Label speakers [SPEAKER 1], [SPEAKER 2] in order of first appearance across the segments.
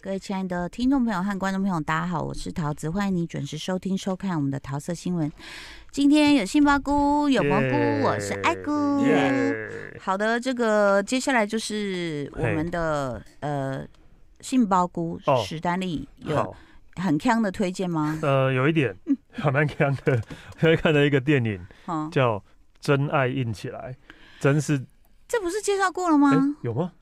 [SPEAKER 1] 各位亲爱的听众朋友和观众朋友，大家好，我是桃子，欢迎你准时收听收看我们的桃色新闻。今天有杏鲍菇，有蘑菇，
[SPEAKER 2] 耶
[SPEAKER 1] 我是爱菇。
[SPEAKER 2] 耶
[SPEAKER 1] 好的，这个接下来就是我们的呃杏鲍菇
[SPEAKER 2] 哦
[SPEAKER 1] 史丹利有嗯
[SPEAKER 2] 好，
[SPEAKER 1] 很强的推荐吗？
[SPEAKER 2] 呃，有一点 还蛮强的。我在看了一个电影
[SPEAKER 1] 哦，
[SPEAKER 2] 叫《真爱硬起来》，真是
[SPEAKER 1] 这不是介绍过了
[SPEAKER 2] 哎、
[SPEAKER 1] 吗？
[SPEAKER 2] 有吗？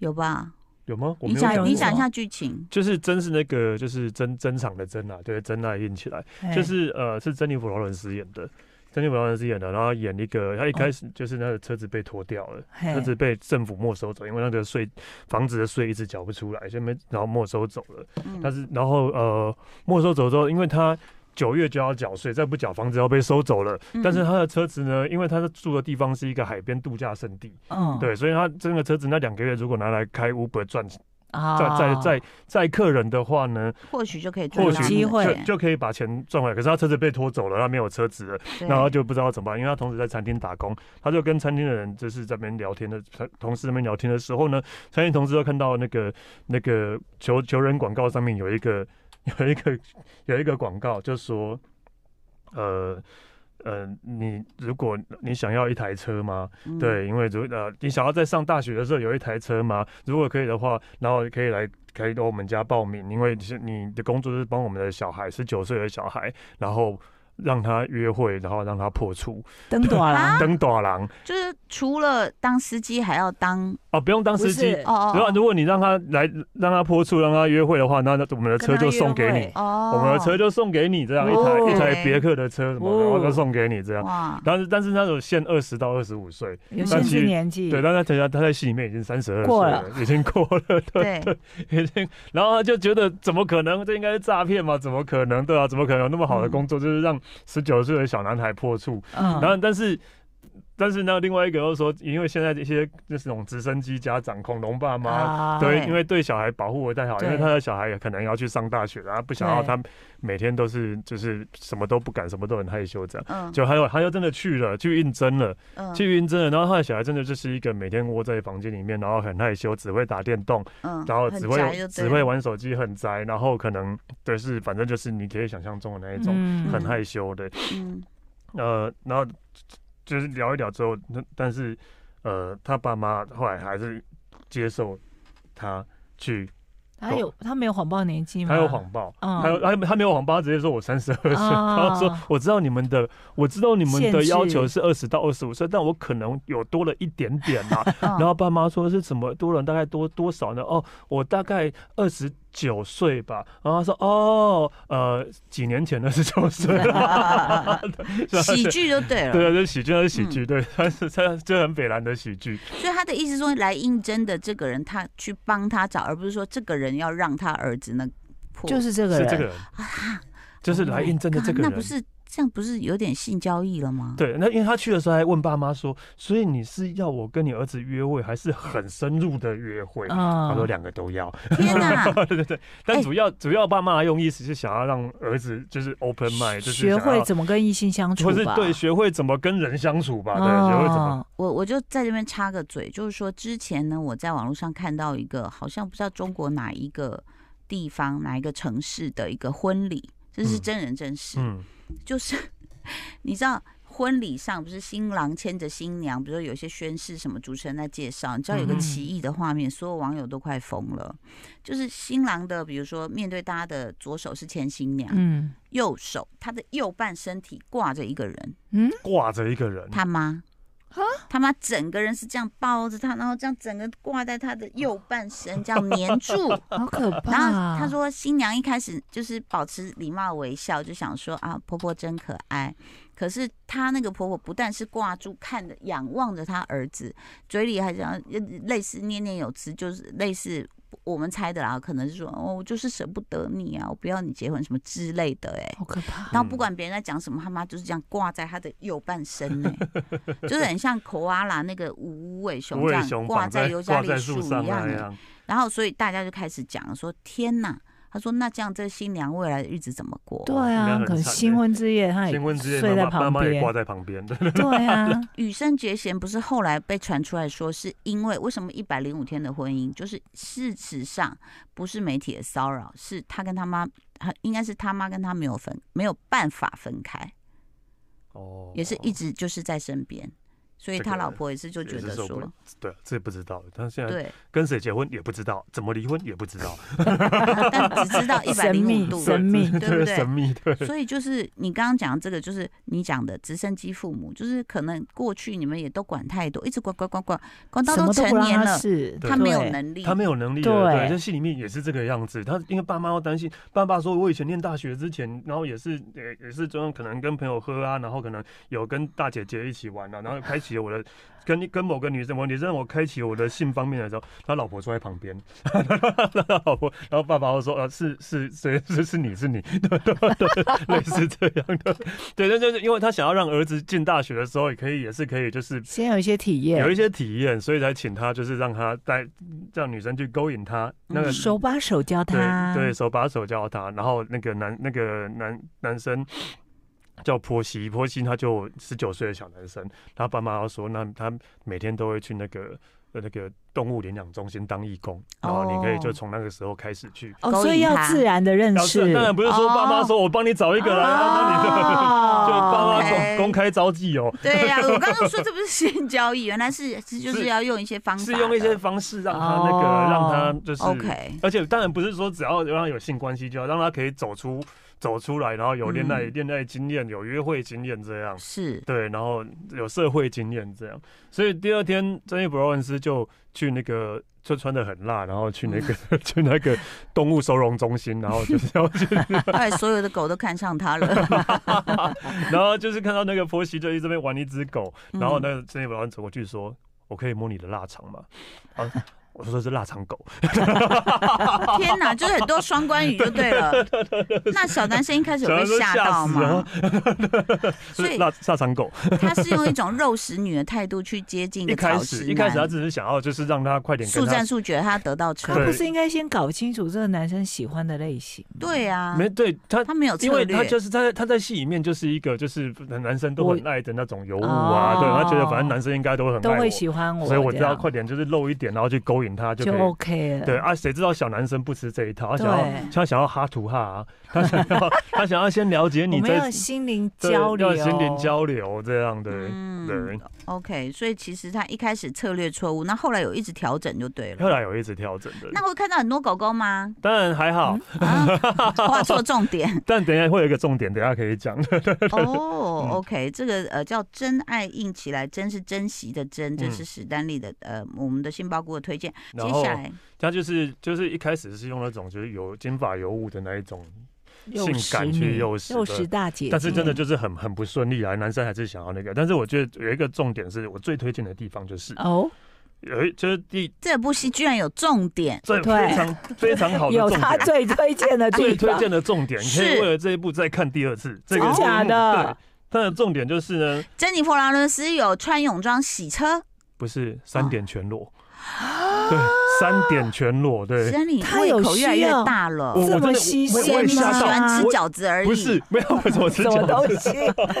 [SPEAKER 1] 有吧？
[SPEAKER 2] 有吗？我
[SPEAKER 1] 嗯你
[SPEAKER 2] 没有
[SPEAKER 1] 讲
[SPEAKER 2] 过
[SPEAKER 1] 你讲一下剧情。
[SPEAKER 2] 啊就是真是那个就是真真场的真啊，对，真爱硬起来，就是呃是珍妮弗劳伦斯演的，珍妮弗劳伦斯演的，然后演一个他一
[SPEAKER 1] 哦
[SPEAKER 2] 开始就是他的车子被拖掉了。
[SPEAKER 3] 嘿
[SPEAKER 2] 车子被政府没收走，因为那个税房子的税一直缴不出来，所以没然后没收走了。
[SPEAKER 1] 嗯
[SPEAKER 2] 但是然后呃，没收走之后，因为他九月就要缴税，再不缴房子要被收走了。
[SPEAKER 1] 嗯
[SPEAKER 2] 但是他的车子呢，因为他住的地方是一个海边度假胜地，
[SPEAKER 3] 嗯
[SPEAKER 2] 对，所以他这个车子那两个月如果拿来开 Uber 赚载
[SPEAKER 3] 啊
[SPEAKER 2] 载载载客人的话呢，
[SPEAKER 1] 或许就可以赚
[SPEAKER 2] 或
[SPEAKER 1] 到
[SPEAKER 2] 许
[SPEAKER 3] 机会
[SPEAKER 2] 就就可以把钱赚回来。可是他车子被拖走了，他没有车子了，
[SPEAKER 1] 对
[SPEAKER 2] 然后他就不知道怎么办，因为他同时在餐厅打工，他就跟餐厅的人就是在那边聊天的，同事那边聊天的时候呢，餐厅同事就看到那个那个求求人广告上面有一个 有一个有一个广告，就说，呃呃，你如果你想要一台车吗？
[SPEAKER 1] 嗯
[SPEAKER 2] 对，因为如呃，你想要在上大学的时候有一台车吗？如果可以的话，然后可以来可以到我们家报名，因为是你的工作是帮我们的小孩，十九岁的小孩，然后让他约会，然后让他破处，
[SPEAKER 3] 灯短
[SPEAKER 1] 啊
[SPEAKER 3] 了，
[SPEAKER 2] 登大郎
[SPEAKER 1] 就是除了当司机，还要当
[SPEAKER 2] 啊，不用当
[SPEAKER 3] 不
[SPEAKER 2] 司机
[SPEAKER 3] 是。
[SPEAKER 1] 哦哦
[SPEAKER 2] 如果
[SPEAKER 1] 哦
[SPEAKER 2] 如果你让他来，让他破处，让他约会的话，那那我们的车就送给你，
[SPEAKER 1] 哦，
[SPEAKER 2] 我们的车就送给你这样一台、
[SPEAKER 3] 哦
[SPEAKER 2] 一台别克的车什么，然后就送给你这样。
[SPEAKER 1] 哇，
[SPEAKER 2] 但是但是那种限二十到二十五岁，
[SPEAKER 3] 有
[SPEAKER 2] 但
[SPEAKER 3] 限
[SPEAKER 2] 其
[SPEAKER 3] 制
[SPEAKER 2] 实
[SPEAKER 3] 年纪，
[SPEAKER 2] 对，但他等下他在戏里面已经三十二岁
[SPEAKER 3] 过
[SPEAKER 2] 了，已经过了，对
[SPEAKER 1] 对，
[SPEAKER 2] 已经， 然后他就觉得怎么可能？这应该是诈骗嘛？怎么可能？对啊，怎么可能有那么好的工作，就是让十九岁的小男孩破处？
[SPEAKER 3] 嗯
[SPEAKER 2] 然后，但是，但是呢，另外一个又说，因为现在这些就是那种直升机家长、恐龙爸妈，
[SPEAKER 3] 啊
[SPEAKER 2] 对，
[SPEAKER 1] 对
[SPEAKER 2] 因为对小孩保护不太好，因为
[SPEAKER 3] 对
[SPEAKER 2] 他的小孩也可能要去上大学，然后不想要
[SPEAKER 3] 对
[SPEAKER 2] 他每天都是就是什么都不敢，什么都很害羞这样。
[SPEAKER 1] 嗯
[SPEAKER 2] 就还有，他又真的去了，去应征了，
[SPEAKER 1] 嗯
[SPEAKER 2] 去应征了。然后他的小孩真的就是一个每天窝在房间里面，然后很害羞，只会打电动，
[SPEAKER 1] 嗯
[SPEAKER 2] 然后只会只会，
[SPEAKER 1] 很宅就对了
[SPEAKER 2] 玩手机很宅，然后可能对是反正就是你可以想象中的那一种、
[SPEAKER 3] 嗯
[SPEAKER 2] 很害羞的，
[SPEAKER 1] 嗯
[SPEAKER 2] 呃，然后就是聊一聊之后，那但是呃，他爸妈后来还是接受他去，
[SPEAKER 3] 他有他没有谎报年纪吗？
[SPEAKER 2] 他有谎报。
[SPEAKER 3] 嗯，
[SPEAKER 2] 他有他他没有谎报，他直接说我三十二岁，
[SPEAKER 3] 啊
[SPEAKER 2] 然后说我知道你们的，我知道你们的
[SPEAKER 3] 限制
[SPEAKER 2] 要求是二十到二十五岁，但我可能有多了一点点啊啦、
[SPEAKER 1] 嗯。
[SPEAKER 2] 然后爸妈说是怎么多人大概多多少呢？哦，我大概二十九岁吧。然后他说哦，呃，几年前二十九岁了
[SPEAKER 1] 喜剧嗯就对了，
[SPEAKER 2] 对啊，就是喜剧，那是喜剧，对，他是他这很北兰的喜剧，
[SPEAKER 1] 所以他的意思说，来应征的这个人，他去帮他找，而不是说这个人要让他儿子那破，
[SPEAKER 3] 就是这个
[SPEAKER 2] 是
[SPEAKER 3] 人，
[SPEAKER 2] 这个人，
[SPEAKER 1] 啊，
[SPEAKER 2] 就是来应征的这个
[SPEAKER 1] Oh my God，
[SPEAKER 2] 人。
[SPEAKER 1] 那不是这样，不是有点性交易了 吗？
[SPEAKER 2] 对，那因为他去的时候还问爸妈说，所以你是要我跟你儿子约会，还是很深入的约会？他说
[SPEAKER 3] 嗯，
[SPEAKER 2] 两个 都要，
[SPEAKER 1] 天哪，
[SPEAKER 2] 对对对，
[SPEAKER 1] 哎
[SPEAKER 2] 但主要、主要爸妈的用意是想要让儿子就是 open mind，就是
[SPEAKER 3] 学
[SPEAKER 2] 想要
[SPEAKER 3] 会怎么跟异性相处
[SPEAKER 2] 或是
[SPEAKER 3] 吧，
[SPEAKER 2] 对学会怎么跟人相处吧，对，学会怎么
[SPEAKER 3] 嗯
[SPEAKER 1] 我我就在这边插个嘴，就是说之前呢，我在网络上看到一个，好像不知道中国哪一个地方哪一个城市的一个婚礼，这是
[SPEAKER 2] 嗯
[SPEAKER 1] 真人真事，
[SPEAKER 2] 嗯
[SPEAKER 1] 就是 你知道。婚礼上不是新郎牵着新娘，比如说有一些宣誓什么，主持人在介绍，你知道有个
[SPEAKER 2] 嗯
[SPEAKER 1] 奇异的画面，所有网友都快疯了。就是新郎的，比如说面对大家的左手是牵新娘，
[SPEAKER 3] 嗯
[SPEAKER 1] 右手他的右半身体挂着一个人，
[SPEAKER 3] 嗯，
[SPEAKER 2] 挂着一个人，
[SPEAKER 1] 他妈他妈整个人是这样抱着他，然后这样整个挂在他的右半身，这样粘住。
[SPEAKER 3] 嗯好 可怕。啊
[SPEAKER 1] 然后他，说，新娘一开始就是保持礼貌微笑，就想说啊，婆婆真可爱。可是她那个婆婆不但是挂住看着仰望着她儿子，嘴里还讲呃类似念念有词，就是类似我们猜的啦，可能是说哦，我就是舍不得你啊，我不要你结婚什么之类的、 欸，哎，
[SPEAKER 3] 好可怕，
[SPEAKER 1] 然后不管别人在讲什么，他妈就是这样挂在他的右半身呢、就是很像口阿拉那个无尾熊
[SPEAKER 2] 无
[SPEAKER 1] 这
[SPEAKER 2] 尾
[SPEAKER 1] 样
[SPEAKER 2] 熊
[SPEAKER 1] 挂
[SPEAKER 2] 绑
[SPEAKER 1] 在
[SPEAKER 2] 在
[SPEAKER 1] 尤加
[SPEAKER 2] 挂
[SPEAKER 1] 利
[SPEAKER 2] 在
[SPEAKER 1] 树
[SPEAKER 2] 树上啊
[SPEAKER 1] 一样
[SPEAKER 2] 那
[SPEAKER 1] 欸。
[SPEAKER 2] 样，
[SPEAKER 1] 然后所以大家就开始讲说：“天哪，他说那这样这新娘未来的日子怎么过？
[SPEAKER 3] 对
[SPEAKER 2] 应该
[SPEAKER 3] 啊，
[SPEAKER 2] 很
[SPEAKER 3] 可
[SPEAKER 2] 惨
[SPEAKER 3] 是新婚之夜
[SPEAKER 1] 哎
[SPEAKER 3] 他也
[SPEAKER 2] 新婚之夜，
[SPEAKER 3] 睡
[SPEAKER 2] 妈妈
[SPEAKER 3] 在
[SPEAKER 2] 妈
[SPEAKER 3] 旁
[SPEAKER 2] 妈也
[SPEAKER 3] 边
[SPEAKER 2] 挂，在 旁边，对，
[SPEAKER 3] 对啊，
[SPEAKER 1] 羽生结弦不是后来被传出来说，是因为为什么一百零五天的婚姻，就是事实上不是媒体的骚扰，是他跟他妈，他应该是他妈跟他没有分，没有办法分开，
[SPEAKER 2] 哦
[SPEAKER 1] 也是一直就是在身边，所以
[SPEAKER 2] 这个
[SPEAKER 1] 他老婆也是就觉
[SPEAKER 2] 也
[SPEAKER 1] 得
[SPEAKER 2] 是受不了
[SPEAKER 1] 说，
[SPEAKER 2] 对，这不知道，但现在
[SPEAKER 1] 对，
[SPEAKER 2] 跟谁结婚也不知道，怎么离婚也不知道，
[SPEAKER 1] 但只 知道一百
[SPEAKER 3] 神
[SPEAKER 1] 零五
[SPEAKER 3] 秘
[SPEAKER 1] 度，
[SPEAKER 3] 神秘，
[SPEAKER 1] 对不对
[SPEAKER 2] 神秘，对，
[SPEAKER 1] 所以就是你刚刚讲的这个，就是你讲的直升机父母，就是可能过去你们也都管太多，一直管管管管，管到
[SPEAKER 3] 什么
[SPEAKER 1] 都
[SPEAKER 3] 都
[SPEAKER 1] 成
[SPEAKER 3] 不让
[SPEAKER 1] 年
[SPEAKER 3] 他
[SPEAKER 1] 了，
[SPEAKER 3] 试，
[SPEAKER 2] 对
[SPEAKER 1] 他没有
[SPEAKER 3] 对
[SPEAKER 1] 能力，
[SPEAKER 2] 他没有能力了，
[SPEAKER 3] 对
[SPEAKER 2] 对，在戏里面也是这个样子。他因为爸妈要担心，爸爸说我以前念大学之前，然后也是也也是中可能跟朋友喝啊，然后可能有跟大姐姐一起玩啊，然后开启了我的跟跟某个女生，我女生我开启我的性方面的时候，他老婆坐在旁边，他老婆，然后爸爸会说呃是是是是是你是你，对对对，类似这样的，对，但就是因为他想要让儿子进大学的时候也可以也是可以就是
[SPEAKER 3] 先有一些体验，
[SPEAKER 2] 有一些体验，所以才请他，就是让他带让女生去勾引他，那个、
[SPEAKER 1] 嗯
[SPEAKER 3] 手把手教他，
[SPEAKER 2] 对对手把手教他，然后那个男那个男男生。叫波西，波西他就十九岁的小男生，他爸妈要说，那他每天都会去那个呃那个动物领养中心当义工，然后你可以就
[SPEAKER 1] 哦
[SPEAKER 2] 从那个时候开始去。
[SPEAKER 3] 哦，
[SPEAKER 1] 勾
[SPEAKER 3] 所以
[SPEAKER 1] 引
[SPEAKER 3] 要
[SPEAKER 1] 他
[SPEAKER 3] 自然的认
[SPEAKER 2] 要
[SPEAKER 3] 识哦
[SPEAKER 2] 是，当然不是说爸妈
[SPEAKER 1] 哦
[SPEAKER 2] 说我帮你找一个来，那你就就 爸妈公
[SPEAKER 1] OK
[SPEAKER 2] 公开招妓哦，
[SPEAKER 1] 对呀、我刚刚说这不是性交易，原来是是就是是要用一些方法
[SPEAKER 2] 是
[SPEAKER 1] 的，
[SPEAKER 2] 用一些方式让他那个、
[SPEAKER 3] 哦
[SPEAKER 2] 让他就是
[SPEAKER 1] OK，
[SPEAKER 2] 而且当然不是说只要让他有性关系就要让他可以走出走出来，然后有恋爱
[SPEAKER 1] 嗯
[SPEAKER 2] 恋、爱经验、有约会经验这样，
[SPEAKER 1] 是
[SPEAKER 2] 对，然后有社会经验这样。所以第二天，珍妮弗劳伦斯就去那个。就穿的很辣，然后去那个、
[SPEAKER 1] 嗯
[SPEAKER 2] 去那个动物收容中心，然后就是 要去，
[SPEAKER 1] 后来所有的狗都看上他了，
[SPEAKER 2] 然后就是看到那个婆媳就一直被玩一只狗， 然后
[SPEAKER 1] 嗯
[SPEAKER 2] 那个珍妮弗劳伦斯走过去说：“我可以摸你的腊肠吗？”啊，我说这是腊肠狗，
[SPEAKER 1] 嗯天哪，就是很多双关语就对了。那小男生一开始有被吓到吗？所以
[SPEAKER 2] 腊腊肠狗。
[SPEAKER 1] 他是用一种肉食女的态度去接近
[SPEAKER 2] 一
[SPEAKER 1] 的
[SPEAKER 2] 开
[SPEAKER 1] 草
[SPEAKER 2] 始
[SPEAKER 1] 食
[SPEAKER 2] 一开始他
[SPEAKER 1] 男，
[SPEAKER 2] 只是想要就是让他快点
[SPEAKER 1] 速
[SPEAKER 2] 跟他
[SPEAKER 1] 战速决，他得到
[SPEAKER 3] 他
[SPEAKER 1] 车。
[SPEAKER 2] 对
[SPEAKER 3] 不是应该先搞清楚这个男生喜欢的类型吗？
[SPEAKER 1] 对啊，
[SPEAKER 2] 没对他。
[SPEAKER 1] 他没有
[SPEAKER 2] 因
[SPEAKER 1] 策
[SPEAKER 2] 为他
[SPEAKER 1] 略，
[SPEAKER 2] 就是他在他在戏里面就是一个就是男生都很爱的那种尤物啊，
[SPEAKER 3] 我
[SPEAKER 2] 对他觉得反正男生应该都会很
[SPEAKER 3] 哦都
[SPEAKER 2] 爱
[SPEAKER 3] 会
[SPEAKER 2] 我，
[SPEAKER 3] 喜欢我这
[SPEAKER 2] 所以
[SPEAKER 3] 样，
[SPEAKER 2] 我知道快点就是露一点，然后去勾引他就
[SPEAKER 3] 就
[SPEAKER 2] 可以。
[SPEAKER 3] OK 了。
[SPEAKER 2] 对啊，谁知道小男生不吃这一套，他想要
[SPEAKER 3] 对
[SPEAKER 2] 他想要哈图哈啊，他想 要他想要先了解
[SPEAKER 3] 我
[SPEAKER 2] 你
[SPEAKER 3] 们
[SPEAKER 2] 在
[SPEAKER 3] 要心灵
[SPEAKER 2] 对
[SPEAKER 3] 交流，嗯
[SPEAKER 2] 要心灵交流这样的。对，
[SPEAKER 1] 嗯 OK，所以其实他一开始策略错误，那后来有一直调整就对了。
[SPEAKER 2] 后来有一直调整的，
[SPEAKER 1] 那会看到很多狗狗 吗？
[SPEAKER 2] 当然还好，
[SPEAKER 3] 嗯
[SPEAKER 1] 啊，画错重 点
[SPEAKER 2] 但等一下会有一个重点，等一下可以讲。
[SPEAKER 1] 哦。OK，这
[SPEAKER 2] 嗯
[SPEAKER 1] 个呃叫“真爱硬起来”，真是珍惜的珍，这
[SPEAKER 2] 嗯
[SPEAKER 1] 是史丹利的呃我们的杏鲍菇的推荐。接
[SPEAKER 2] 然后
[SPEAKER 1] 下来
[SPEAKER 2] 他就是就是一开始是用那种就是有金发尤物的那一种，
[SPEAKER 3] 诱
[SPEAKER 2] 性
[SPEAKER 3] 使
[SPEAKER 2] 感去
[SPEAKER 3] 你
[SPEAKER 2] 诱使
[SPEAKER 3] 诱
[SPEAKER 2] 的
[SPEAKER 3] 使大姐姐，
[SPEAKER 2] 但是真的就是很很不顺利啊，男生还是想要那个。但是我觉得有一个重点是我最推荐的地方就是，
[SPEAKER 3] 哦，
[SPEAKER 2] 有一就是第
[SPEAKER 1] 这部戏居然有重点，
[SPEAKER 2] 最
[SPEAKER 3] 对
[SPEAKER 2] 非常非常好的
[SPEAKER 3] 有
[SPEAKER 2] 重
[SPEAKER 3] 他
[SPEAKER 2] 点。
[SPEAKER 3] 最推荐的 地
[SPEAKER 2] 最
[SPEAKER 3] 方，
[SPEAKER 2] 推荐的重点，你可以
[SPEAKER 1] 是
[SPEAKER 2] 为了这一部再看第二次。这个
[SPEAKER 3] 真
[SPEAKER 2] 是一
[SPEAKER 3] 假
[SPEAKER 2] 幕
[SPEAKER 3] 的？
[SPEAKER 2] 对，它的重点就是呢，
[SPEAKER 1] 珍妮弗·劳伦斯有穿泳装洗车，
[SPEAKER 2] 不是三
[SPEAKER 1] 哦
[SPEAKER 2] 点全裸，
[SPEAKER 3] 哦
[SPEAKER 2] 对，三点全裸，
[SPEAKER 1] 史
[SPEAKER 2] 对，
[SPEAKER 1] 丹利
[SPEAKER 3] 他
[SPEAKER 1] 胃
[SPEAKER 3] 有
[SPEAKER 1] 口越来
[SPEAKER 3] 需
[SPEAKER 1] 越
[SPEAKER 3] 要
[SPEAKER 1] 大了
[SPEAKER 2] 我。
[SPEAKER 3] 啊这
[SPEAKER 2] 真的
[SPEAKER 3] 么稀
[SPEAKER 2] 我
[SPEAKER 1] 虽然
[SPEAKER 2] 我也
[SPEAKER 1] 你只喜
[SPEAKER 2] 吓到
[SPEAKER 1] 欢吃
[SPEAKER 2] 我
[SPEAKER 1] 饺子而已，
[SPEAKER 2] 不是没有我吃
[SPEAKER 3] 什么
[SPEAKER 2] 饺
[SPEAKER 3] 东
[SPEAKER 2] 子。
[SPEAKER 3] 西？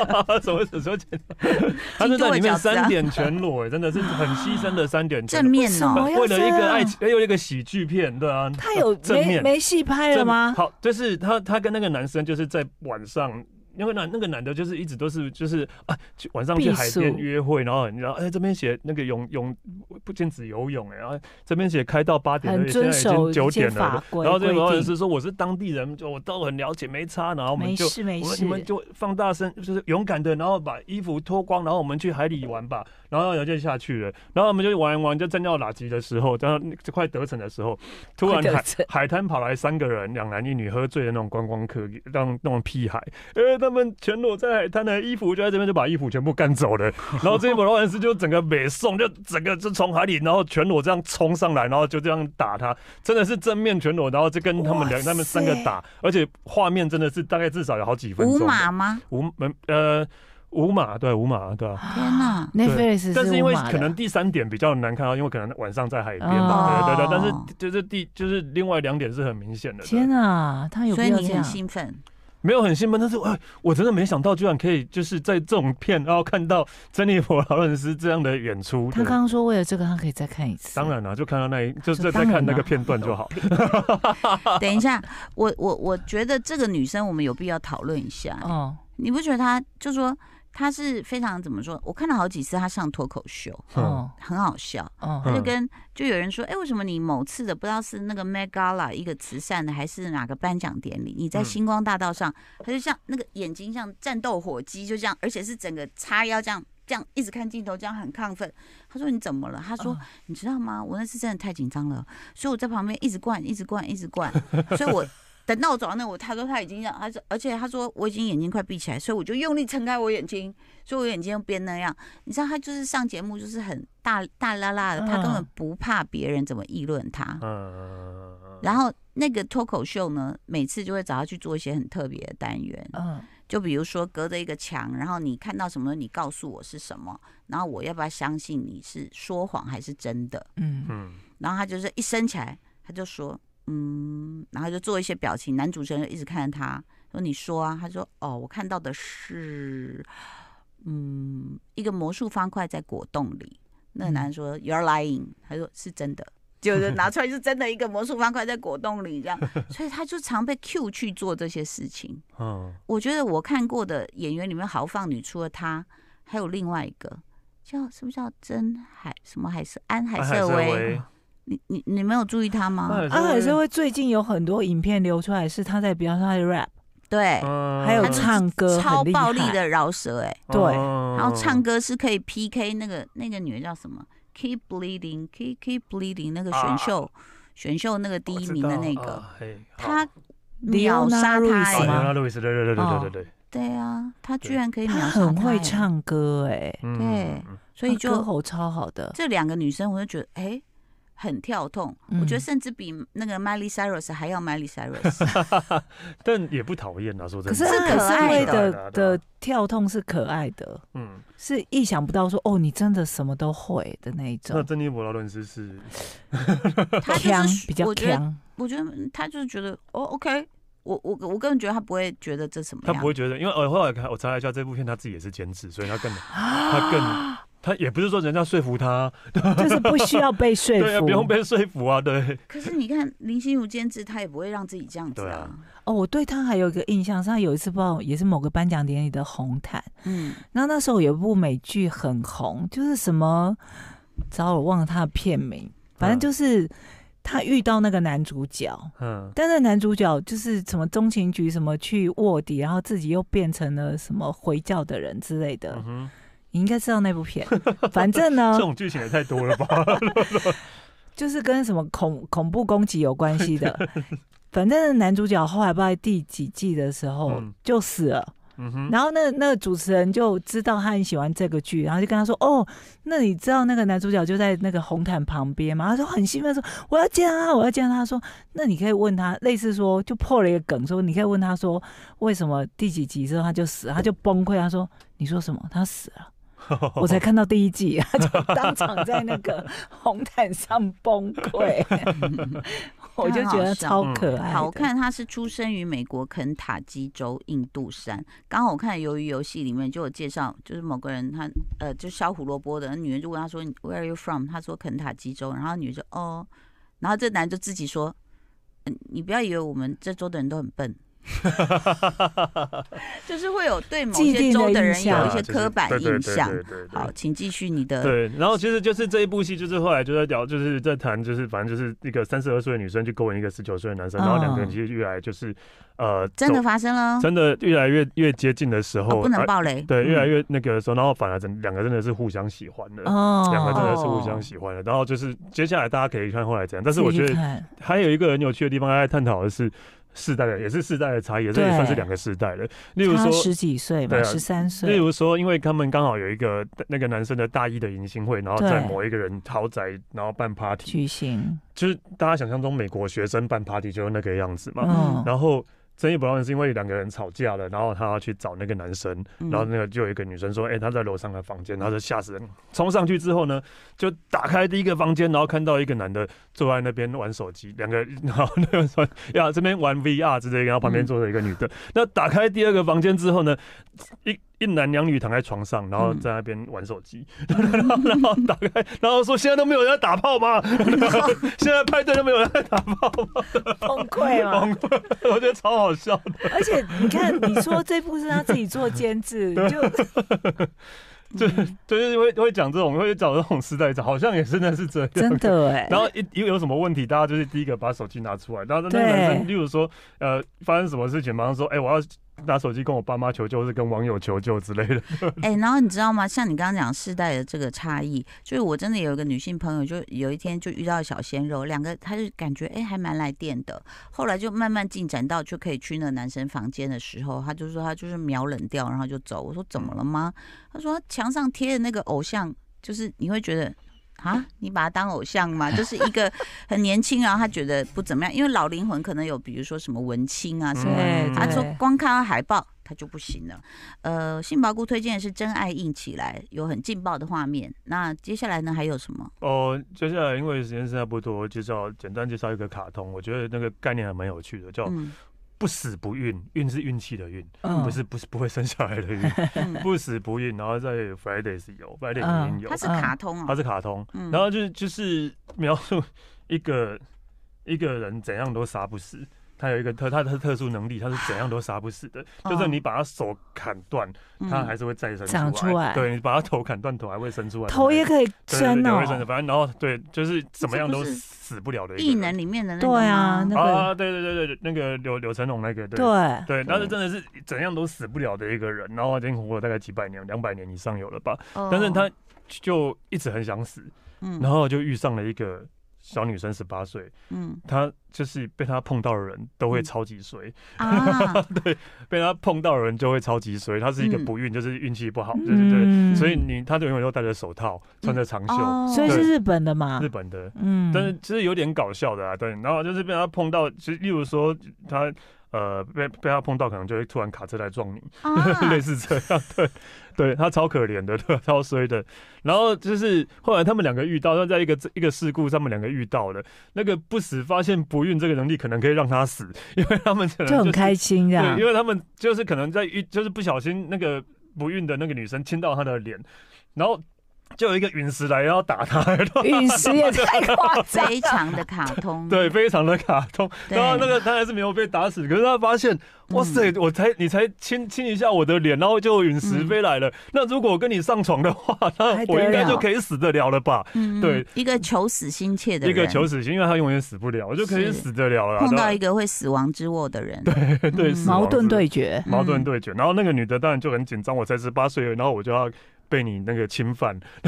[SPEAKER 2] 什么什么 钱？他是在里
[SPEAKER 3] 啊
[SPEAKER 2] 面三点全裸、哎，真的是很牺牲的三点
[SPEAKER 1] 正
[SPEAKER 2] 全裸。
[SPEAKER 1] 面
[SPEAKER 3] 什
[SPEAKER 1] 哦
[SPEAKER 3] 么，
[SPEAKER 2] 呃为了一个爱情，哎有一个喜剧片，对啊，
[SPEAKER 3] 他有
[SPEAKER 2] 正
[SPEAKER 3] 没
[SPEAKER 2] 面
[SPEAKER 3] 没戏拍了
[SPEAKER 2] 正
[SPEAKER 3] 吗？
[SPEAKER 2] 好，就是他他跟那个男生就是在晚上。因为那那个男的，就是一直都是就是啊，去晚上去
[SPEAKER 3] 避
[SPEAKER 2] 海边
[SPEAKER 3] 暑
[SPEAKER 2] 约会，然后然后哎这边写那个泳泳不禁止游泳哎、然后这边写开到八点，
[SPEAKER 3] 很
[SPEAKER 2] 对现在
[SPEAKER 3] 遵
[SPEAKER 2] 已
[SPEAKER 3] 守
[SPEAKER 2] 经九
[SPEAKER 3] 一些
[SPEAKER 2] 点
[SPEAKER 3] 法
[SPEAKER 2] 了，
[SPEAKER 3] 规
[SPEAKER 2] 然后这个老
[SPEAKER 3] 规
[SPEAKER 2] 人
[SPEAKER 3] 定，
[SPEAKER 2] 是说我是当地人，就我都很了解，没差，然后我们
[SPEAKER 3] 没
[SPEAKER 2] 就
[SPEAKER 3] 事没
[SPEAKER 2] 我们
[SPEAKER 3] 事
[SPEAKER 2] 你，们就放大声，就是勇敢的，然后把衣服脱光，然后我们去海里玩吧。然后人就下去了，然后我们就玩一玩，就正要打击的时候，然后就快得逞的时候，突然
[SPEAKER 3] 快得
[SPEAKER 2] 海
[SPEAKER 3] 逞
[SPEAKER 2] 海滩跑来三个人，两男一女，喝醉的那种观光客，让那种屁孩，呃，他们全裸在海滩的衣服就在这边就把衣服全部干走 了。然后这一波劳伦斯就整个北宋，就整个就从海里，然后全裸这样冲上来，然后就这样打他，真的是正面全裸，然后就跟他们两
[SPEAKER 3] 哇
[SPEAKER 2] 他们三个
[SPEAKER 3] 塞
[SPEAKER 2] 打，而且画面真的是大概至少有好几分
[SPEAKER 1] 五
[SPEAKER 2] 钟的。
[SPEAKER 1] 马吗？
[SPEAKER 2] 五门呃，五码，对五码，对啊。
[SPEAKER 1] 天哪！
[SPEAKER 3] 内菲利斯
[SPEAKER 2] 但是因
[SPEAKER 3] 无
[SPEAKER 2] 为
[SPEAKER 3] 码
[SPEAKER 2] 可
[SPEAKER 3] 的
[SPEAKER 2] 能第三点比较难看到，因为可能晚上在海边吧，对对对。但
[SPEAKER 1] 哦
[SPEAKER 2] 是就是第就是另外两点是很明显的。对
[SPEAKER 3] 天哪，他有
[SPEAKER 1] 所
[SPEAKER 3] 必
[SPEAKER 1] 以
[SPEAKER 3] 要这
[SPEAKER 1] 你很
[SPEAKER 3] 样？
[SPEAKER 1] 兴奋，
[SPEAKER 2] 没有很兴奋，但是哎，我真的没想到，居然可以就是在这种片，然后看到珍妮佛劳伦斯这样的演出。
[SPEAKER 3] 他
[SPEAKER 2] 对
[SPEAKER 3] 刚刚说为了这个他可以再看一次，
[SPEAKER 2] 当然了、就看到那一，就
[SPEAKER 3] 说
[SPEAKER 2] 就再
[SPEAKER 3] 当然
[SPEAKER 2] 看那
[SPEAKER 3] 啦
[SPEAKER 2] 个片段就好。
[SPEAKER 1] 等一 下，我我我觉得这个女生我们有必要讨论一下。
[SPEAKER 3] 哦，
[SPEAKER 1] 你不觉得她就说她是非常怎么说？我看了好几次她上脱口秀，
[SPEAKER 2] 嗯，
[SPEAKER 3] 哦
[SPEAKER 1] 很好笑。
[SPEAKER 3] 哦
[SPEAKER 1] 她就
[SPEAKER 2] 嗯
[SPEAKER 1] 跟就有人说，哎、为什么你某次的不知道是那个 Met Gala 一个慈善的，还是哪个颁奖典礼，你在
[SPEAKER 2] 嗯
[SPEAKER 1] 星光大道上，她就像那个眼睛像战斗火鸡，就这样，而且是整个叉腰这样。这样一直看镜头，这样很亢奋。她说：“你怎么了？”她说：“你知道吗？我那次真的太紧张了，所以我在旁边一直灌，一直灌，一直灌， 所以我。等到我走到那，我他说他已经让，他说，而且他说我已经眼睛快闭起来，所以我就用力撑开我眼睛，所以我眼睛又变那样。你知道他就是上节目就是很大大啦啦的，他根本
[SPEAKER 3] 嗯
[SPEAKER 1] 不怕别人怎么议论他。
[SPEAKER 2] 嗯，
[SPEAKER 1] 然后那个脱口秀呢，每次就会找他去做一些很特别的单元，
[SPEAKER 3] 嗯
[SPEAKER 1] 就比如说隔着一个墙，然后你看到什么，你告诉我是什么，然后我要不要相信你是说谎还是真的？
[SPEAKER 3] 嗯
[SPEAKER 2] 嗯，
[SPEAKER 1] 然后他就是一升起来，他就说，嗯，然后就做一些表情。男主持人就一直看着他，说你说啊，他说哦，我看到的是，嗯，一个魔术方块在果冻里。那个男人说、You're lying，他说是真的，嗯 就是拿出来是真的一个魔术方块在果冻里这 样，所以他就常被 Q 去做这些事情。
[SPEAKER 2] 嗯，
[SPEAKER 1] 我觉得我看过的演员里面，豪放女除了她，还有另外一个叫什么叫真海什么海瑟安海
[SPEAKER 2] 安
[SPEAKER 1] 瑟薇，
[SPEAKER 2] 啊薇，
[SPEAKER 1] 你你你没有注意他吗？
[SPEAKER 2] 安
[SPEAKER 3] 安啊海社
[SPEAKER 2] 薇，
[SPEAKER 3] 会最近有很多影片流出来，是他在比方说他的 rap，
[SPEAKER 1] 对，
[SPEAKER 2] 嗯
[SPEAKER 3] 还有
[SPEAKER 1] 他是
[SPEAKER 3] 唱歌很
[SPEAKER 1] 超
[SPEAKER 3] 厉
[SPEAKER 1] 暴力
[SPEAKER 3] 害，
[SPEAKER 1] 的饶舌哎、
[SPEAKER 3] 对
[SPEAKER 2] 嗯
[SPEAKER 1] 然后唱
[SPEAKER 2] 歌
[SPEAKER 1] 歌是可以 PK 那个那个女的叫什么？Keep bleeding, keep keep bleeding 那个
[SPEAKER 2] 啊
[SPEAKER 1] 选秀、选秀那个第一名的那个，
[SPEAKER 2] 嗯
[SPEAKER 1] 他秒杀
[SPEAKER 3] Leona
[SPEAKER 1] 他
[SPEAKER 3] Ruiz
[SPEAKER 1] 哎、
[SPEAKER 3] 吗
[SPEAKER 2] 啊，路易斯，对对对对对对对，
[SPEAKER 1] 对啊，他居
[SPEAKER 2] 对
[SPEAKER 1] 然可以秒
[SPEAKER 3] 他
[SPEAKER 1] 杀
[SPEAKER 3] 很
[SPEAKER 1] 她
[SPEAKER 3] 会
[SPEAKER 1] 哎，
[SPEAKER 3] 唱歌哎、
[SPEAKER 2] 嗯
[SPEAKER 1] 对
[SPEAKER 2] 嗯
[SPEAKER 1] 所以
[SPEAKER 3] 他歌
[SPEAKER 1] 就
[SPEAKER 3] 喉超好的，
[SPEAKER 1] 这两个女生，我就觉得哎、很跳痛、我觉得
[SPEAKER 3] 嗯
[SPEAKER 1] 甚至比那个 Miley Cyrus 还要 Miley Cyrus。
[SPEAKER 2] 嗯但也不讨厌啊，说真
[SPEAKER 3] 可
[SPEAKER 2] 的，
[SPEAKER 3] 是
[SPEAKER 1] 是
[SPEAKER 3] 安海
[SPEAKER 1] 可
[SPEAKER 3] 社
[SPEAKER 1] 爱
[SPEAKER 3] 会
[SPEAKER 1] 的
[SPEAKER 3] 的的，跳动是可爱的，
[SPEAKER 2] 嗯，
[SPEAKER 3] 是意想不到说哦，你真的什么都会的那一
[SPEAKER 2] 那
[SPEAKER 3] 种，
[SPEAKER 2] 珍妮佛劳伦斯是，
[SPEAKER 1] 她就
[SPEAKER 3] 强
[SPEAKER 1] 是
[SPEAKER 3] 比较
[SPEAKER 1] 我觉得
[SPEAKER 3] 强，
[SPEAKER 1] 我觉得他就是觉得哦，OK，我我我根本觉得他不会觉得这什么
[SPEAKER 2] 他
[SPEAKER 1] 样，
[SPEAKER 2] 不会觉得，因为我后来看我查了一下，这部片他自己也是监制，所以他更
[SPEAKER 1] 啊
[SPEAKER 2] 他更。他也不是说人家说服他，
[SPEAKER 3] 就是不需要被说
[SPEAKER 2] 对啊，
[SPEAKER 3] 服
[SPEAKER 2] 不。用被说服啊，对，
[SPEAKER 1] 可是你看林心如监制，他也不会让自己这样子
[SPEAKER 2] 对
[SPEAKER 1] 啊
[SPEAKER 2] 啊。
[SPEAKER 3] 哦，我对他还有一个印象，是他有一次不知道也是某个颁奖典礼的红毯，
[SPEAKER 1] 嗯，
[SPEAKER 3] 然后那时候有一部美剧很红，就是什么，糟我忘了他的片名，反正就是他遇到那个男主角，
[SPEAKER 2] 嗯，
[SPEAKER 3] 但那男主角就是什么中情局什么去卧底，然后自己又变成了什么回教的人之类的，
[SPEAKER 2] 嗯哼，
[SPEAKER 3] 你应该知道那 部片。反正呢
[SPEAKER 2] 这，种剧情也太多了吧？
[SPEAKER 3] 就是跟什么恐恐怖攻击有关系 的。反正男主角后来不知道第几季的时候
[SPEAKER 2] 嗯
[SPEAKER 3] 就死了，
[SPEAKER 2] 嗯哼，
[SPEAKER 3] 然后那那个主持人就知道他很喜欢这个剧，然后就跟他说：“哦，那你知道那个男主角就在那个红毯旁边吗？”他说很兴奋说：“我要见他，我要见他。”他说：“那你可以问他，类似说就破了一个梗，说你可以问他说为什么第几集之后他就死了，他就崩溃。他说：你说什么？他死 了。”我才看到第一季，他就当场在那个红毯上崩 溃， 我就觉得超可爱的，
[SPEAKER 1] 嗯
[SPEAKER 3] 嗯
[SPEAKER 1] 好我看他是出生于美国肯塔基州印度山。刚好我看《鱿鱼游戏》里面就有介绍，就是某个人他呃，就削胡萝卜的那女人就问他说你 Where are you from？他说肯塔基州，然后女人就哦，然后这男人就自己说。嗯，你不要以为我们这州的人都很笨，就是会有对某
[SPEAKER 3] 既定
[SPEAKER 1] 些
[SPEAKER 3] 的
[SPEAKER 1] 州的人
[SPEAKER 3] 印象
[SPEAKER 1] 有一些刻板印象。
[SPEAKER 2] 啊对对对对对对
[SPEAKER 1] 好，请继续你的
[SPEAKER 2] 对，然后其实就是这一部戏，就是后来就在聊，就是在谈，就是反正就是一个三十二岁的女生去勾引一个十九岁的男生，然后两个人其实越来就是呃，
[SPEAKER 1] 哦真的
[SPEAKER 2] 走
[SPEAKER 1] 发生了哦，
[SPEAKER 2] 真的越来越越接近的时候，
[SPEAKER 1] 哦不能
[SPEAKER 2] 啊
[SPEAKER 1] 爆雷。
[SPEAKER 2] 对，越来
[SPEAKER 1] 嗯
[SPEAKER 2] 越那个时候，然后反而真两个真的是互相喜欢的。
[SPEAKER 3] 哦，
[SPEAKER 2] 两个真
[SPEAKER 1] 嗯
[SPEAKER 2] 的是互相喜欢的，然后就是接下来大家可以看后来怎样，但是我觉
[SPEAKER 3] 自
[SPEAKER 2] 得
[SPEAKER 3] 己看
[SPEAKER 2] 还有一个很有趣的地方，大家在探讨的是世代的，也是世代的差异，这也
[SPEAKER 3] 对
[SPEAKER 2] 算是两个世代的。例如
[SPEAKER 3] 他
[SPEAKER 2] 说，
[SPEAKER 3] 十几岁嘛，
[SPEAKER 2] 对啊
[SPEAKER 3] 十三
[SPEAKER 2] 例
[SPEAKER 3] 岁，
[SPEAKER 2] 如说，因为他们刚好有一个那个男生的大一的迎新会，然后在
[SPEAKER 3] 对
[SPEAKER 2] 某一个人豪宅，然后办 party，
[SPEAKER 3] 巨星，
[SPEAKER 2] 就是大家想象中美国学生办 party 就是那个样子嘛。
[SPEAKER 1] 嗯
[SPEAKER 3] 嗯，
[SPEAKER 2] 然后争议不断是因为两个人吵架了，然后她去找那个男生，
[SPEAKER 1] 嗯
[SPEAKER 2] 然后那个就有一个女生说，哎、她在楼上的房间，她就吓死人，冲上去之后呢，就打开第一个房间，然后看到一个男的坐在那边玩手机，两个然后那个说呀这边玩 VR 之类的，然后旁边坐着一个女的。那打开第二个房间之后呢，一一男两女躺在床上，然后在那边玩手机，然后然后打开，然后说现在都没有人在打炮吗？ 现在派对都没有人在打炮吗？
[SPEAKER 3] 崩溃嘛。
[SPEAKER 2] 崩溃我觉得超好笑的。
[SPEAKER 3] 而且你看，你说这部是他自己做监 制，
[SPEAKER 2] 啊
[SPEAKER 3] 就
[SPEAKER 2] 就就是会会讲这种，会讲这种时代好像也真的是这样。
[SPEAKER 3] 真的哎、
[SPEAKER 2] 然后一有有什么问题，大家就是第一个把手机拿出来。然后那个
[SPEAKER 3] 对
[SPEAKER 2] 男生，例如说，呃，发生什么事情，马上说，哎、我要拿手机跟我爸妈求救，或是跟网友求救之类的。
[SPEAKER 1] 哎、然后你知道吗？像你刚刚讲世代的这个差异，就是我真的有一个女性朋友，就有一天就遇到小鲜肉，两个她就感觉哎、还蛮来电的，后来就慢慢进展到就可以去那个男生房间的时候，她就说她就是秒冷掉，然后就走。我说怎么了吗？她说她墙上贴的那个偶像，就是你会觉得。啊，你把他当偶像吗？就是一个很年轻，然后他觉得不怎么样，因为老灵魂可能有，比如说什么文青啊什么的
[SPEAKER 3] 哎对，
[SPEAKER 1] 他
[SPEAKER 2] 啊
[SPEAKER 1] 说
[SPEAKER 3] 对
[SPEAKER 1] 光看到海报他就不行了。呃，杏鲍菇推荐的是《真爱硬起来》，有很劲爆的画面。那接下来呢还有什么？
[SPEAKER 2] 哦，接下来因为时间差不多，介绍简单介绍一个卡通，我觉得那个概念还蛮有趣的，叫
[SPEAKER 1] 嗯
[SPEAKER 2] 不死不孕，孕是运气的孕，
[SPEAKER 3] 嗯
[SPEAKER 2] 不是不是不会生小孩的孕，
[SPEAKER 1] 嗯，
[SPEAKER 2] 不死不孕。然后在 Fridays 有，Fridays 里 面有，
[SPEAKER 1] 它是卡通
[SPEAKER 2] 它
[SPEAKER 1] 哦。
[SPEAKER 2] 是卡通，
[SPEAKER 1] 嗯
[SPEAKER 2] 然后就是就是描述一个一个人怎样都杀不死，他有一个特他的特殊能力，他是怎样都杀不死的，
[SPEAKER 1] 哦
[SPEAKER 2] 就是你把他手砍断，
[SPEAKER 3] 嗯
[SPEAKER 2] 他还是会再生出来。
[SPEAKER 3] 长出来
[SPEAKER 2] 对你把他头砍断，头还会生出来。
[SPEAKER 3] 头也
[SPEAKER 2] 以
[SPEAKER 3] 可以伸
[SPEAKER 2] 也
[SPEAKER 3] 哦
[SPEAKER 2] 会、生的，反正然后对，就是怎么样
[SPEAKER 1] 这
[SPEAKER 2] 都
[SPEAKER 1] 不是
[SPEAKER 2] 死不了的一
[SPEAKER 1] 异
[SPEAKER 2] 个
[SPEAKER 1] 能
[SPEAKER 2] 人。
[SPEAKER 1] 里面的那个
[SPEAKER 3] 对啊
[SPEAKER 1] 吗
[SPEAKER 3] 那个
[SPEAKER 2] 啊，对对对对，对那个柳柳成龙那个，对
[SPEAKER 3] 对，
[SPEAKER 2] 对，但是真的是怎样都死不了的一个人，然后已经活了大概几百年，两百年以上有了吧，
[SPEAKER 1] 哦
[SPEAKER 2] 但是他就一直很想死，
[SPEAKER 1] 嗯
[SPEAKER 2] 然后就遇上了一个小女生，十八岁，
[SPEAKER 1] 嗯
[SPEAKER 2] 她就是被她碰到的人都会
[SPEAKER 1] 嗯
[SPEAKER 2] 超 级衰，
[SPEAKER 1] 啊，
[SPEAKER 2] 被她碰到的人就会超级衰。她是一个
[SPEAKER 1] 嗯
[SPEAKER 2] 不孕，就是运气不好，对对对。
[SPEAKER 3] 嗯，
[SPEAKER 2] 所以你，她就永远都戴着手套，穿着长袖，
[SPEAKER 1] 哦
[SPEAKER 3] 所以是
[SPEAKER 2] 对
[SPEAKER 3] 日本的嘛
[SPEAKER 2] 日，本的，
[SPEAKER 3] 嗯，
[SPEAKER 2] 但是其实有点搞笑的啊，对。然后就是被她碰到，其实例如说她。呃，被被她碰到，可能就会突然卡车来撞你，
[SPEAKER 1] 啊
[SPEAKER 2] 类似这样，对，对他超可怜的，对，超衰的。然后就是后来他们两个遇到，那在一个一个事故，他们两个遇到了那个不死发现不孕这个能力，可能可以让他死，因为他们可能、就是、
[SPEAKER 3] 就很开心啊这样
[SPEAKER 2] 对，因，为他们就是可能在遇，就是不小心那个不孕的那个女生亲到他的脸，然后就有一个陨石来要打他，然后
[SPEAKER 3] 陨石也太夸 张，
[SPEAKER 2] 啊
[SPEAKER 1] 非常的卡通。
[SPEAKER 2] 对，非常的卡通。
[SPEAKER 1] 对，
[SPEAKER 2] 然后那个他还是没有被打死，可是他发现，
[SPEAKER 3] 嗯
[SPEAKER 2] 哇塞，我才你才亲亲一下我的脸，然后就有陨石飞来了。那如果我跟你上床的话， 那
[SPEAKER 3] 还嗯得
[SPEAKER 2] 我应该
[SPEAKER 3] 了
[SPEAKER 2] 就可以死得了了吧？
[SPEAKER 1] 嗯
[SPEAKER 2] 对，
[SPEAKER 1] 一个求死心切的
[SPEAKER 2] 一
[SPEAKER 1] 人，
[SPEAKER 2] 个求死心，因为他永远死不了，我就可以
[SPEAKER 1] 是
[SPEAKER 2] 死得了了。
[SPEAKER 1] 碰到一
[SPEAKER 2] 个
[SPEAKER 1] 个会死亡之握的人，嗯对
[SPEAKER 2] 对死亡
[SPEAKER 3] 嗯矛盾
[SPEAKER 2] 之
[SPEAKER 3] 对决，嗯
[SPEAKER 2] 矛盾对决，然后那个女的当然就很紧张，我才十八岁而已，然后我就要。被你那个侵犯，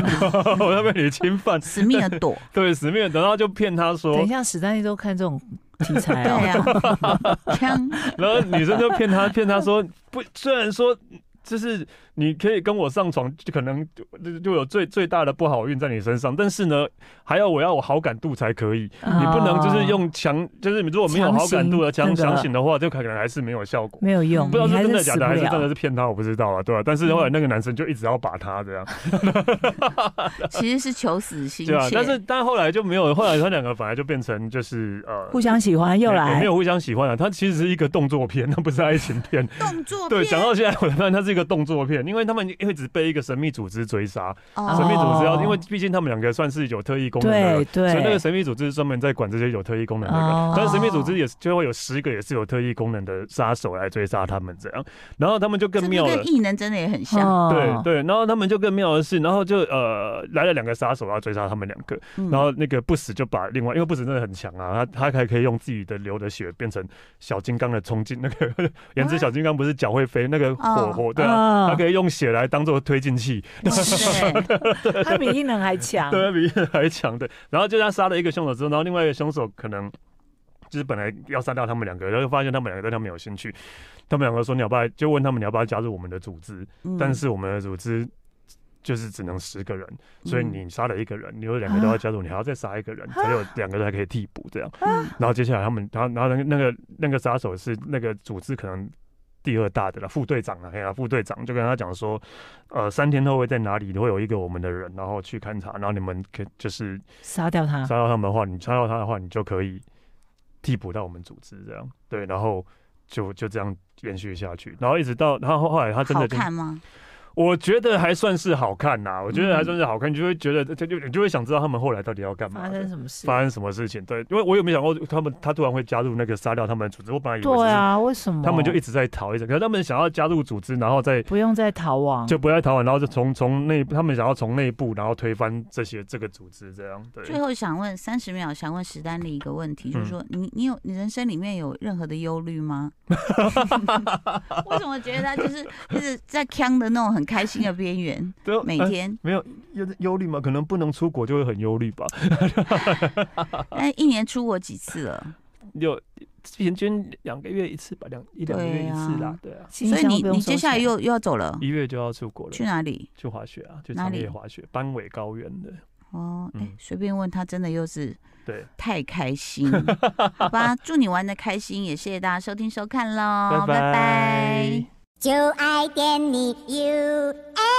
[SPEAKER 2] 我要被你侵 犯，
[SPEAKER 1] 死命的躲。
[SPEAKER 2] 对死命的，然后就骗他说，
[SPEAKER 3] 啊等一下史丹利都看这种题材
[SPEAKER 1] 对
[SPEAKER 3] 哦，
[SPEAKER 2] 啊
[SPEAKER 1] 呀，啊枪
[SPEAKER 2] 然后女生就骗他， 骗他说不，虽然说就是你可以跟我上床，就可能就就就有最最大的不好运在你身上，但是呢，还要我要我好感度才可以，啊你不能就是
[SPEAKER 3] 哦
[SPEAKER 2] 用强，就是你如果没有好感度的
[SPEAKER 3] 啊强
[SPEAKER 2] 强
[SPEAKER 3] 行
[SPEAKER 2] 强
[SPEAKER 3] 真的
[SPEAKER 2] 行的话，就可能还是没有效果。
[SPEAKER 3] 没有用，
[SPEAKER 2] 不知道
[SPEAKER 3] 你
[SPEAKER 2] 是
[SPEAKER 3] 还
[SPEAKER 2] 真的
[SPEAKER 3] 是
[SPEAKER 2] 假
[SPEAKER 3] 死不
[SPEAKER 2] 的，还是真的
[SPEAKER 3] 了。
[SPEAKER 2] 是骗他，我不知道啊，对吧、但是后来那个男生就一直要把他这样，
[SPEAKER 1] 其实是求死心
[SPEAKER 2] 对啊
[SPEAKER 1] 切。。
[SPEAKER 2] 但是但后来就没有，后来他两个反而就变成就是呃，
[SPEAKER 3] 互相喜欢又
[SPEAKER 2] 也也
[SPEAKER 3] 来
[SPEAKER 2] 没，有互相喜欢了、啊。他其实是一个动作片，他不是爱情片。
[SPEAKER 1] 动作
[SPEAKER 2] 对，
[SPEAKER 1] 片
[SPEAKER 2] 讲到现在，我发现它是一个动作片，因为他们一直被一个神秘组织追杀。
[SPEAKER 1] 哦
[SPEAKER 2] 神秘组织要，
[SPEAKER 3] 哦
[SPEAKER 2] 因为毕竟他们两个算是有特异功能的
[SPEAKER 3] 对
[SPEAKER 2] 人，所以那个
[SPEAKER 3] 对，
[SPEAKER 2] 神秘组织是专门在管这些有特异功能的人。
[SPEAKER 3] 哦
[SPEAKER 2] 但是神秘组织也是就会有十个也是有特异功能的杀手来追杀他们这样，然后他们就更
[SPEAKER 1] 这
[SPEAKER 2] 妙
[SPEAKER 1] 个
[SPEAKER 2] 了
[SPEAKER 1] 跟。异能真的也很像。
[SPEAKER 2] 对
[SPEAKER 3] 哦，
[SPEAKER 2] 对，然后他们就更妙的是，然后就呃来了两个杀手要追杀他们两个，
[SPEAKER 1] 嗯
[SPEAKER 2] 然后那个不死就把另外，因为不死真的很强啊，他他还可以用自己的流的血变成小金刚的冲劲，那个原子小金刚不是脚会飞那个火
[SPEAKER 1] 哦
[SPEAKER 2] 火对啊，他
[SPEAKER 3] 哦
[SPEAKER 2] 可以用血来当做推进器，
[SPEAKER 1] 对，
[SPEAKER 3] 他比异能还强，
[SPEAKER 2] 对啊比还强的。然后就他杀了一个凶手之后，然后另外一个凶手可能就是本来要杀掉他们两个，然后发现他们两个对他们有兴趣，
[SPEAKER 1] 嗯
[SPEAKER 2] 他们两个说你要不要就问他们你要不要加入我们的组织，但是我们的组织就是只能十个人，
[SPEAKER 1] 嗯
[SPEAKER 2] 所以
[SPEAKER 1] 啊
[SPEAKER 2] 你杀了一个人，你有两个都要加入，你还要再杀一个人，才有两个人还可以替补这样。
[SPEAKER 1] 啊
[SPEAKER 2] 然后接下来他们，然后然后那个那个那个杀手是那个组织可能第二大的了，副队长啊，哎呀，副队长就跟他讲说，呃，三天后会在哪里会有一个我们的人，然后去勘察，然后你们可就是
[SPEAKER 3] 杀掉
[SPEAKER 1] 啊
[SPEAKER 3] 他，
[SPEAKER 2] 杀到他们的话，你杀到他的话，你就可以替补到我们组织这样，对，然后就就这样延续下去，然后一直到然后后来他真
[SPEAKER 1] 好
[SPEAKER 2] 的就
[SPEAKER 1] 看吗？
[SPEAKER 2] 我觉得还算是好看呐、我觉得还
[SPEAKER 1] 嗯
[SPEAKER 2] 算是好看，你就会觉得就就你就会想知道他们后来到底要干嘛
[SPEAKER 3] 发
[SPEAKER 2] 的
[SPEAKER 3] 生什么事？
[SPEAKER 2] 发生什么事情。对，因为我有没有想过他们他突然会加入那个杀掉他们的组织？我本来以为
[SPEAKER 3] 对
[SPEAKER 2] 只
[SPEAKER 3] 啊，为什么
[SPEAKER 2] 是他们就一直在逃，一直可是他们想要加入组织，然后再
[SPEAKER 3] 不用再逃亡，
[SPEAKER 2] 就不要逃亡，然后就从从内他们想要从内部然后推翻这些这个组织这样。对，
[SPEAKER 1] 最后想问三十秒，想问史丹利一个问题，就是
[SPEAKER 2] 嗯
[SPEAKER 1] 说你你有你人生里面有任何的忧虑吗？ 为什么觉得他就是就是在呛的那种很开心的边缘？
[SPEAKER 2] 对
[SPEAKER 1] 每
[SPEAKER 2] 呃
[SPEAKER 1] 天，
[SPEAKER 2] 没有忧忧虑吗？可能不能出国就会很忧虑吧。
[SPEAKER 1] 但一年出国几次了？
[SPEAKER 3] 嗯
[SPEAKER 2] 有平均两个月一次吧，两一
[SPEAKER 1] 两个月一次啦
[SPEAKER 2] 对啊。
[SPEAKER 3] 所
[SPEAKER 1] 所以你你接下来又又要走了，
[SPEAKER 2] 一月就要出国了
[SPEAKER 1] 去哪里？
[SPEAKER 2] 去滑雪啊，去
[SPEAKER 1] 哪
[SPEAKER 2] 长
[SPEAKER 1] 里
[SPEAKER 2] 野滑雪，班尾高原的。
[SPEAKER 1] 哦，哎、
[SPEAKER 2] 嗯
[SPEAKER 1] 随便问他，真的又是
[SPEAKER 2] 对，
[SPEAKER 1] 太开心，好吧？祝你玩的开心，也谢谢大家收听收看喽，拜
[SPEAKER 2] 拜
[SPEAKER 1] 拜
[SPEAKER 2] 拜
[SPEAKER 4] 就爱点你 U。F